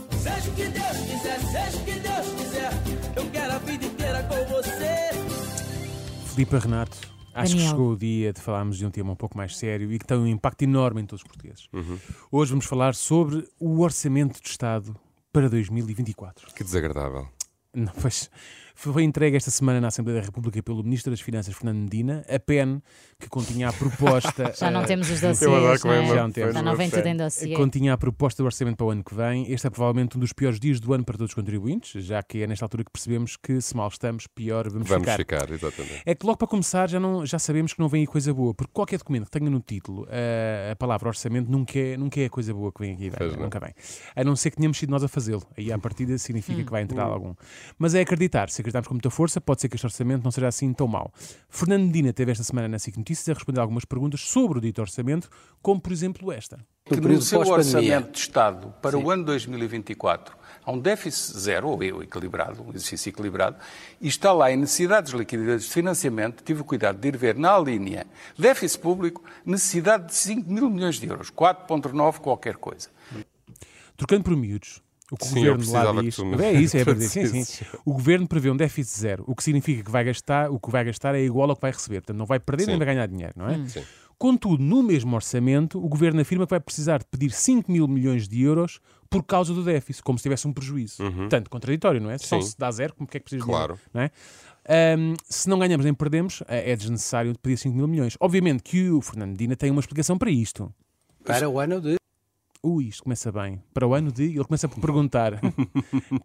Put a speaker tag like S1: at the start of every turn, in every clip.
S1: se Deus quiser, seja o que Deus quiser. Eu quero a vida inteira com você.
S2: Filipe Renato, acho que
S3: Daniel.
S2: chegou o dia de falarmos de um tema um pouco mais sério e que tem um impacto enorme em todos os portugueses. Hoje vamos falar sobre o Orçamento de Estado para 2024.
S4: Que desagradável.
S2: Não, pois, foi entregue esta semana na Assembleia da República pelo Ministro das Finanças, Fernando Medina, a PEN, que continha a proposta...
S3: Já não
S2: eh,
S3: temos os
S4: Eu adoro
S3: dossiês,
S4: como é
S2: Já um
S4: uma
S2: não
S3: Já não vem tudo em dossiê.
S2: Continha a proposta do orçamento para o ano que vem. Este é provavelmente um dos piores dias do ano para todos os contribuintes, já que é nesta altura que percebemos que se mal estamos, pior vamos,
S4: Vamos ficar, exatamente.
S2: É que logo para começar já, não, já sabemos que não vem aí coisa boa, porque qualquer documento que tenha no título eh, a, palavra orçamento nunca é, nunca é a coisa boa que vem aqui,
S4: Pois
S2: dar,
S4: não.
S2: nunca vem. A não ser que tenhamos sido nós a fazê-lo. Aí à partida significa que vai entrar
S4: Hum.
S2: algum. Mas é acreditar, se acreditarmos com muita força, pode ser que este orçamento não seja assim tão mau. Fernando Medina teve esta semana na SIC Notícias a responder algumas perguntas sobre o dito orçamento, como por exemplo esta.
S5: no
S6: no período
S5: seu
S6: pós-pandemia.
S5: orçamento de Estado para o ano 2024 há um déficit zero, ou eu equilibrado, um exercício equilibrado, e está lá em necessidades líquidas de financiamento, tive o cuidado de ir ver na linha déficit público, necessidade de 5 mil milhões de euros, 4.9 qualquer coisa.
S2: Trocando por miúdos, o que o
S4: Sim,
S2: governo
S4: eu
S2: lá
S4: precisava que
S2: diz.
S4: tu me
S2: É isso, é para dizer. Sim, sim.
S4: dissesse
S2: O governo prevê um déficit zero, o que significa que vai gastar, o que vai gastar é igual ao que vai receber. Portanto, não vai perder nem
S4: Sim.
S2: vai ganhar dinheiro, não é?
S4: Sim.
S2: Contudo, no mesmo orçamento, o governo afirma que vai precisar de pedir 5 mil milhões de euros por causa do déficit, como se tivesse um prejuízo. Portanto, contraditório, não é? Só
S4: Uhum. Sim.
S2: se dá zero, como que é que precisas
S4: Claro.
S2: de dinheiro, não é? Ahm, se não ganhamos nem perdemos, é é desnecessário pedir 5 mil milhões. Obviamente que o Fernando Medina tem uma explicação para isto.
S6: Para o ano de
S2: Ui, isto começa bem. Para o ano de. Ele começa por perguntar.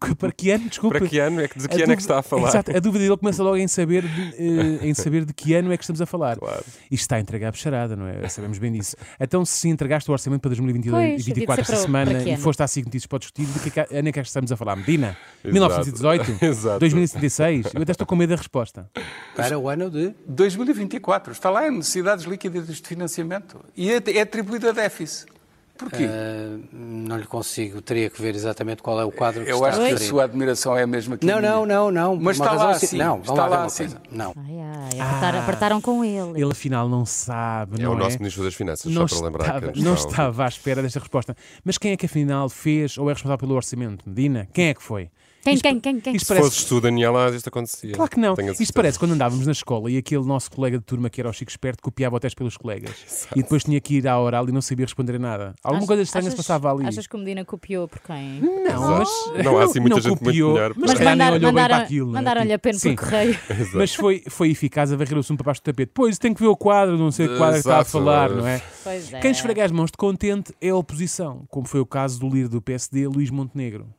S2: Que- para que ano? Desculpa.
S4: Para que ano é que, de
S2: A
S4: que ano é
S2: dúvida-
S4: que está a falar?
S2: Exato, a dúvida dele começa logo em saber, de, eh, em saber de que ano é que estamos a falar.
S4: Claro.
S2: Isto está a entregar a bicharada, não é? Sabemos bem disso. Então, se entregaste o orçamento para 2022 e
S3: Pois, devia
S2: 2024 esta
S3: ser para o- para
S2: semana
S3: que
S2: e
S3: ano?
S2: foste à SIC Notícias para discutir, de que ano é que estamos a falar? Medina? 1918?
S4: Exato.
S2: 2076? Eu até estou com medo da resposta.
S6: para o ano de
S5: 2024, está lá em necessidades líquidas de financiamento e é é atribuído a déficit. Porquê?
S6: Ah, não lhe consigo, teria que ver exatamente qual é o quadro que
S5: Eu
S6: está
S5: acho que a
S6: referido.
S5: sua admiração é a mesma que a
S6: Não,
S5: minha.
S6: não, não, não. por
S5: Mas
S6: uma
S5: está
S6: razão
S5: lá
S6: assim-
S5: assim.
S6: Não, vamos
S5: está
S6: lá ver
S5: lá
S6: uma
S5: assim.
S6: coisa. Não.
S3: Ai, ai, apertaram, apertaram com ele.
S2: Ele afinal não sabe,
S4: É
S2: não
S4: o
S2: é?
S4: nosso Ministro das Finanças,
S2: não
S4: só para lembrar
S2: estava,
S4: que
S2: não
S4: está-
S2: estava à espera desta resposta. Mas quem é que afinal fez ou é responsável pelo orçamento? Medina? Quem é que foi?
S3: Quem,
S2: Isto-
S3: quem, quem, quem?
S2: Isto
S4: Se
S2: parece...
S4: fosses tu, Daniel, ah, isto acontecia.
S2: Claro que não.
S4: Tenho a
S2: Isto
S4: certeza.
S2: parece quando andávamos na escola e aquele nosso colega de turma que era o Chico Esperto copiava o teste pelos colegas e depois tinha que ir à oral e não sabia responder a nada. Alguma
S3: Achas-
S2: coisa estranha se
S3: achas-
S2: passava ali.
S3: Achas que o Medina copiou por quem?
S2: Não, mas
S4: Não há assim muita
S2: não
S4: gente muito
S2: copiou,
S4: melhor
S2: Mas,
S4: para-
S2: se calhar nem
S3: mandar-
S2: olhou bem para
S3: mandaram-
S2: aquilo. não é?
S3: mandaram-lhe a pena
S2: Sim.
S3: por correio.
S2: Mas foi, foi eficaz a varrer o assunto para baixo do tapete. Pois, tem que ver o quadro, não sei o quadro que está a
S4: Exato.
S2: falar, não é?
S3: Pois é.
S2: Quem esfrega as mãos de contente é a oposição, como foi o caso do líder do PSD, Luís Montenegro.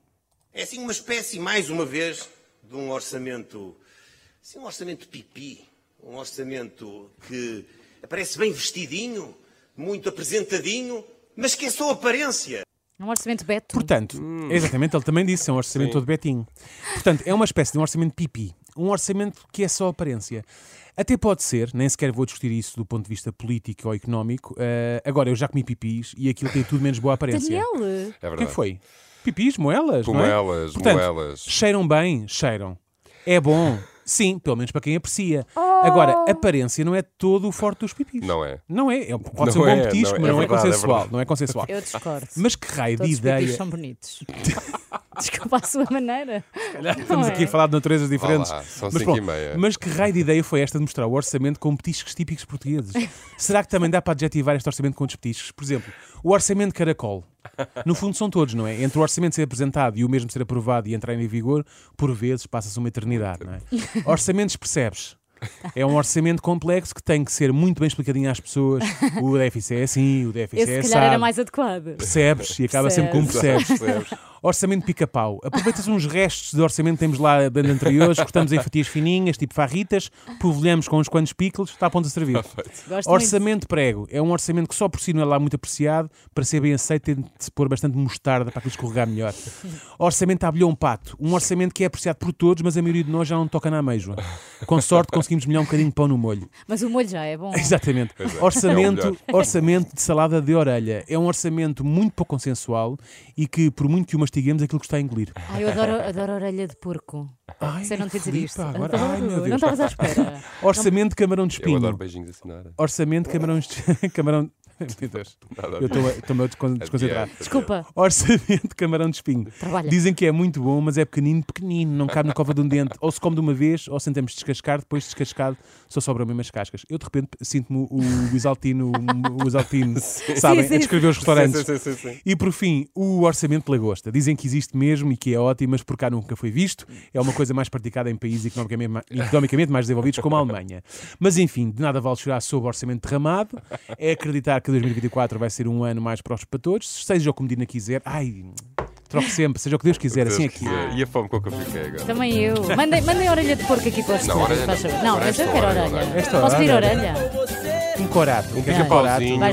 S7: É assim uma espécie, mais uma vez, de um orçamento. Assim, um orçamento pipi. Um orçamento que aparece bem vestidinho, muito apresentadinho, mas que é só aparência.
S3: É um orçamento beto.
S2: Portanto,
S4: Hum.
S2: exatamente, ele também disse, é um orçamento todo betinho. Portanto, é uma espécie de um orçamento pipi, um orçamento que é só aparência. Até pode ser, nem sequer vou discutir isso do ponto de vista político ou económico. eh, agora, eu já comi pipis e aquilo tem tudo menos boa aparência.
S3: Daniel,
S2: o
S4: É
S2: que é que
S4: verdade.
S2: foi? Pipis, moelas? não é?
S4: Moelas,
S2: Portanto,
S4: moelas.
S2: Cheiram bem, cheiram. É bom, sim, pelo menos para quem aprecia.
S3: Oh.
S2: Agora, aparência não é todo o forte dos pipis.
S4: Não é.
S2: Não é. é- Pode ser um
S4: Não
S2: bom
S4: é,
S2: petisco,
S4: não é.
S2: mas
S4: É
S2: não é
S4: verdade, é
S2: consensual.
S4: verdade.
S2: Não é consensual.
S3: eu discordo.
S2: Mas que raio
S3: Todos
S2: de
S3: os pipis
S2: ideia.
S3: são bonitos. Desculpa a sua maneira.
S2: Estamos
S3: Não
S2: aqui
S3: é?
S2: a falar de naturezas diferentes.
S4: Vá lá, são
S2: mas,
S4: cinco
S2: pronto,
S4: e meia.
S2: mas que raio de ideia foi esta de mostrar o orçamento com petiscos típicos portugueses? Será que também dá para adjetivar este orçamento com outros petiscos? Por exemplo, o orçamento de caracol. No fundo são todos, não é? Entre o orçamento ser apresentado e o mesmo ser aprovado e entrar em vigor, por vezes passa-se uma eternidade, não é? Orçamentos percebes? É um orçamento complexo que tem que ser muito bem explicadinho às pessoas. O déficit é assim, o déficit é
S3: Esse se calhar era
S2: assado
S3: mais adequado.
S2: percebes e acaba sempre com um percebes. Orçamento pica-pau. Aproveitas uns restos de orçamento que temos lá de anteriores, cortamos em fatias fininhas, tipo farritas, polvilhamos com uns quantos picles, está a ponto de servir.
S3: Gosto
S2: orçamento prego. É um orçamento que só por si não é lá muito apreciado, para ser bem aceito tem de se pôr bastante mostarda para aquilo escorregar melhor. Orçamento abelhão um pato. Um orçamento que é apreciado por todos, mas a maioria de nós já não toca na ameijoa. Com sorte conseguimos melhor um bocadinho de pão no molho.
S3: Mas o molho já é bom.
S2: Exatamente.
S4: é, é o
S2: Orçamento,
S4: melhor.
S2: orçamento de salada de orelha. É um orçamento muito pouco consensual e que, por muito que o mastiguemos, é aquilo que está a engolir.
S3: Ai, eu adoro, adoro a orelha de porco.
S2: Ai,
S3: Sei não te dizer
S2: Filipa,
S3: isto.
S2: agora-
S3: Adoro.
S2: Ai, meu
S3: Não
S2: Deus.
S3: estavas à espera.
S2: Então Orçamento de camarão de
S4: Eu
S2: espinho.
S4: adoro beijinhos assim na área.
S2: Orçamento de camarão de... camarão... Meu Deus.
S4: Nada
S2: Eu
S4: a ver.
S2: estou a- estou-me a descon- desconcentrar.
S4: Adiante.
S3: Desculpa.
S2: Orçamento de camarão de espinho.
S3: Trabalha.
S2: Dizem que é muito bom, mas é pequenino, pequenino, não cabe na cova de um dente. Ou se come de uma vez, ou sentamos descascar, depois descascado, só sobram mesmo as cascas. Eu de repente sinto-me o- o exaltino, o exaltino, sabem,
S3: Sim, sim.
S2: a descrever os restaurantes.
S4: Sim, sim, sim, sim.
S2: E por fim, o orçamento de lagosta. Dizem que existe mesmo e que é ótimo, mas por cá nunca foi visto. É uma coisa mais praticada em países economicamente, ma- economicamente mais desenvolvidos, como a Alemanha. Mas enfim, de nada vale chorar sobre o orçamento derramado. É acreditar que 2024 vai ser um ano mais próspero para todos. Seja o que Medina quiser. Ai, troco sempre, seja o que Deus quiser, assim
S4: Deus
S2: aqui.
S4: quiser. E a fome com que eu fiquei agora.
S3: Também eu. Mandem, mandem orelha de porco aqui para os
S4: Não,
S3: cenários,
S4: orelha
S3: faz
S4: não.
S3: favor. Não,
S4: Agora
S3: mas eu
S4: esta
S3: quero
S4: hora,
S3: orelha.
S2: Esta
S3: Posso pedir
S2: hora.
S3: orelha?
S1: você.
S2: Um corato.
S4: Um
S2: Queres
S4: pica-pauzinho.
S3: Vais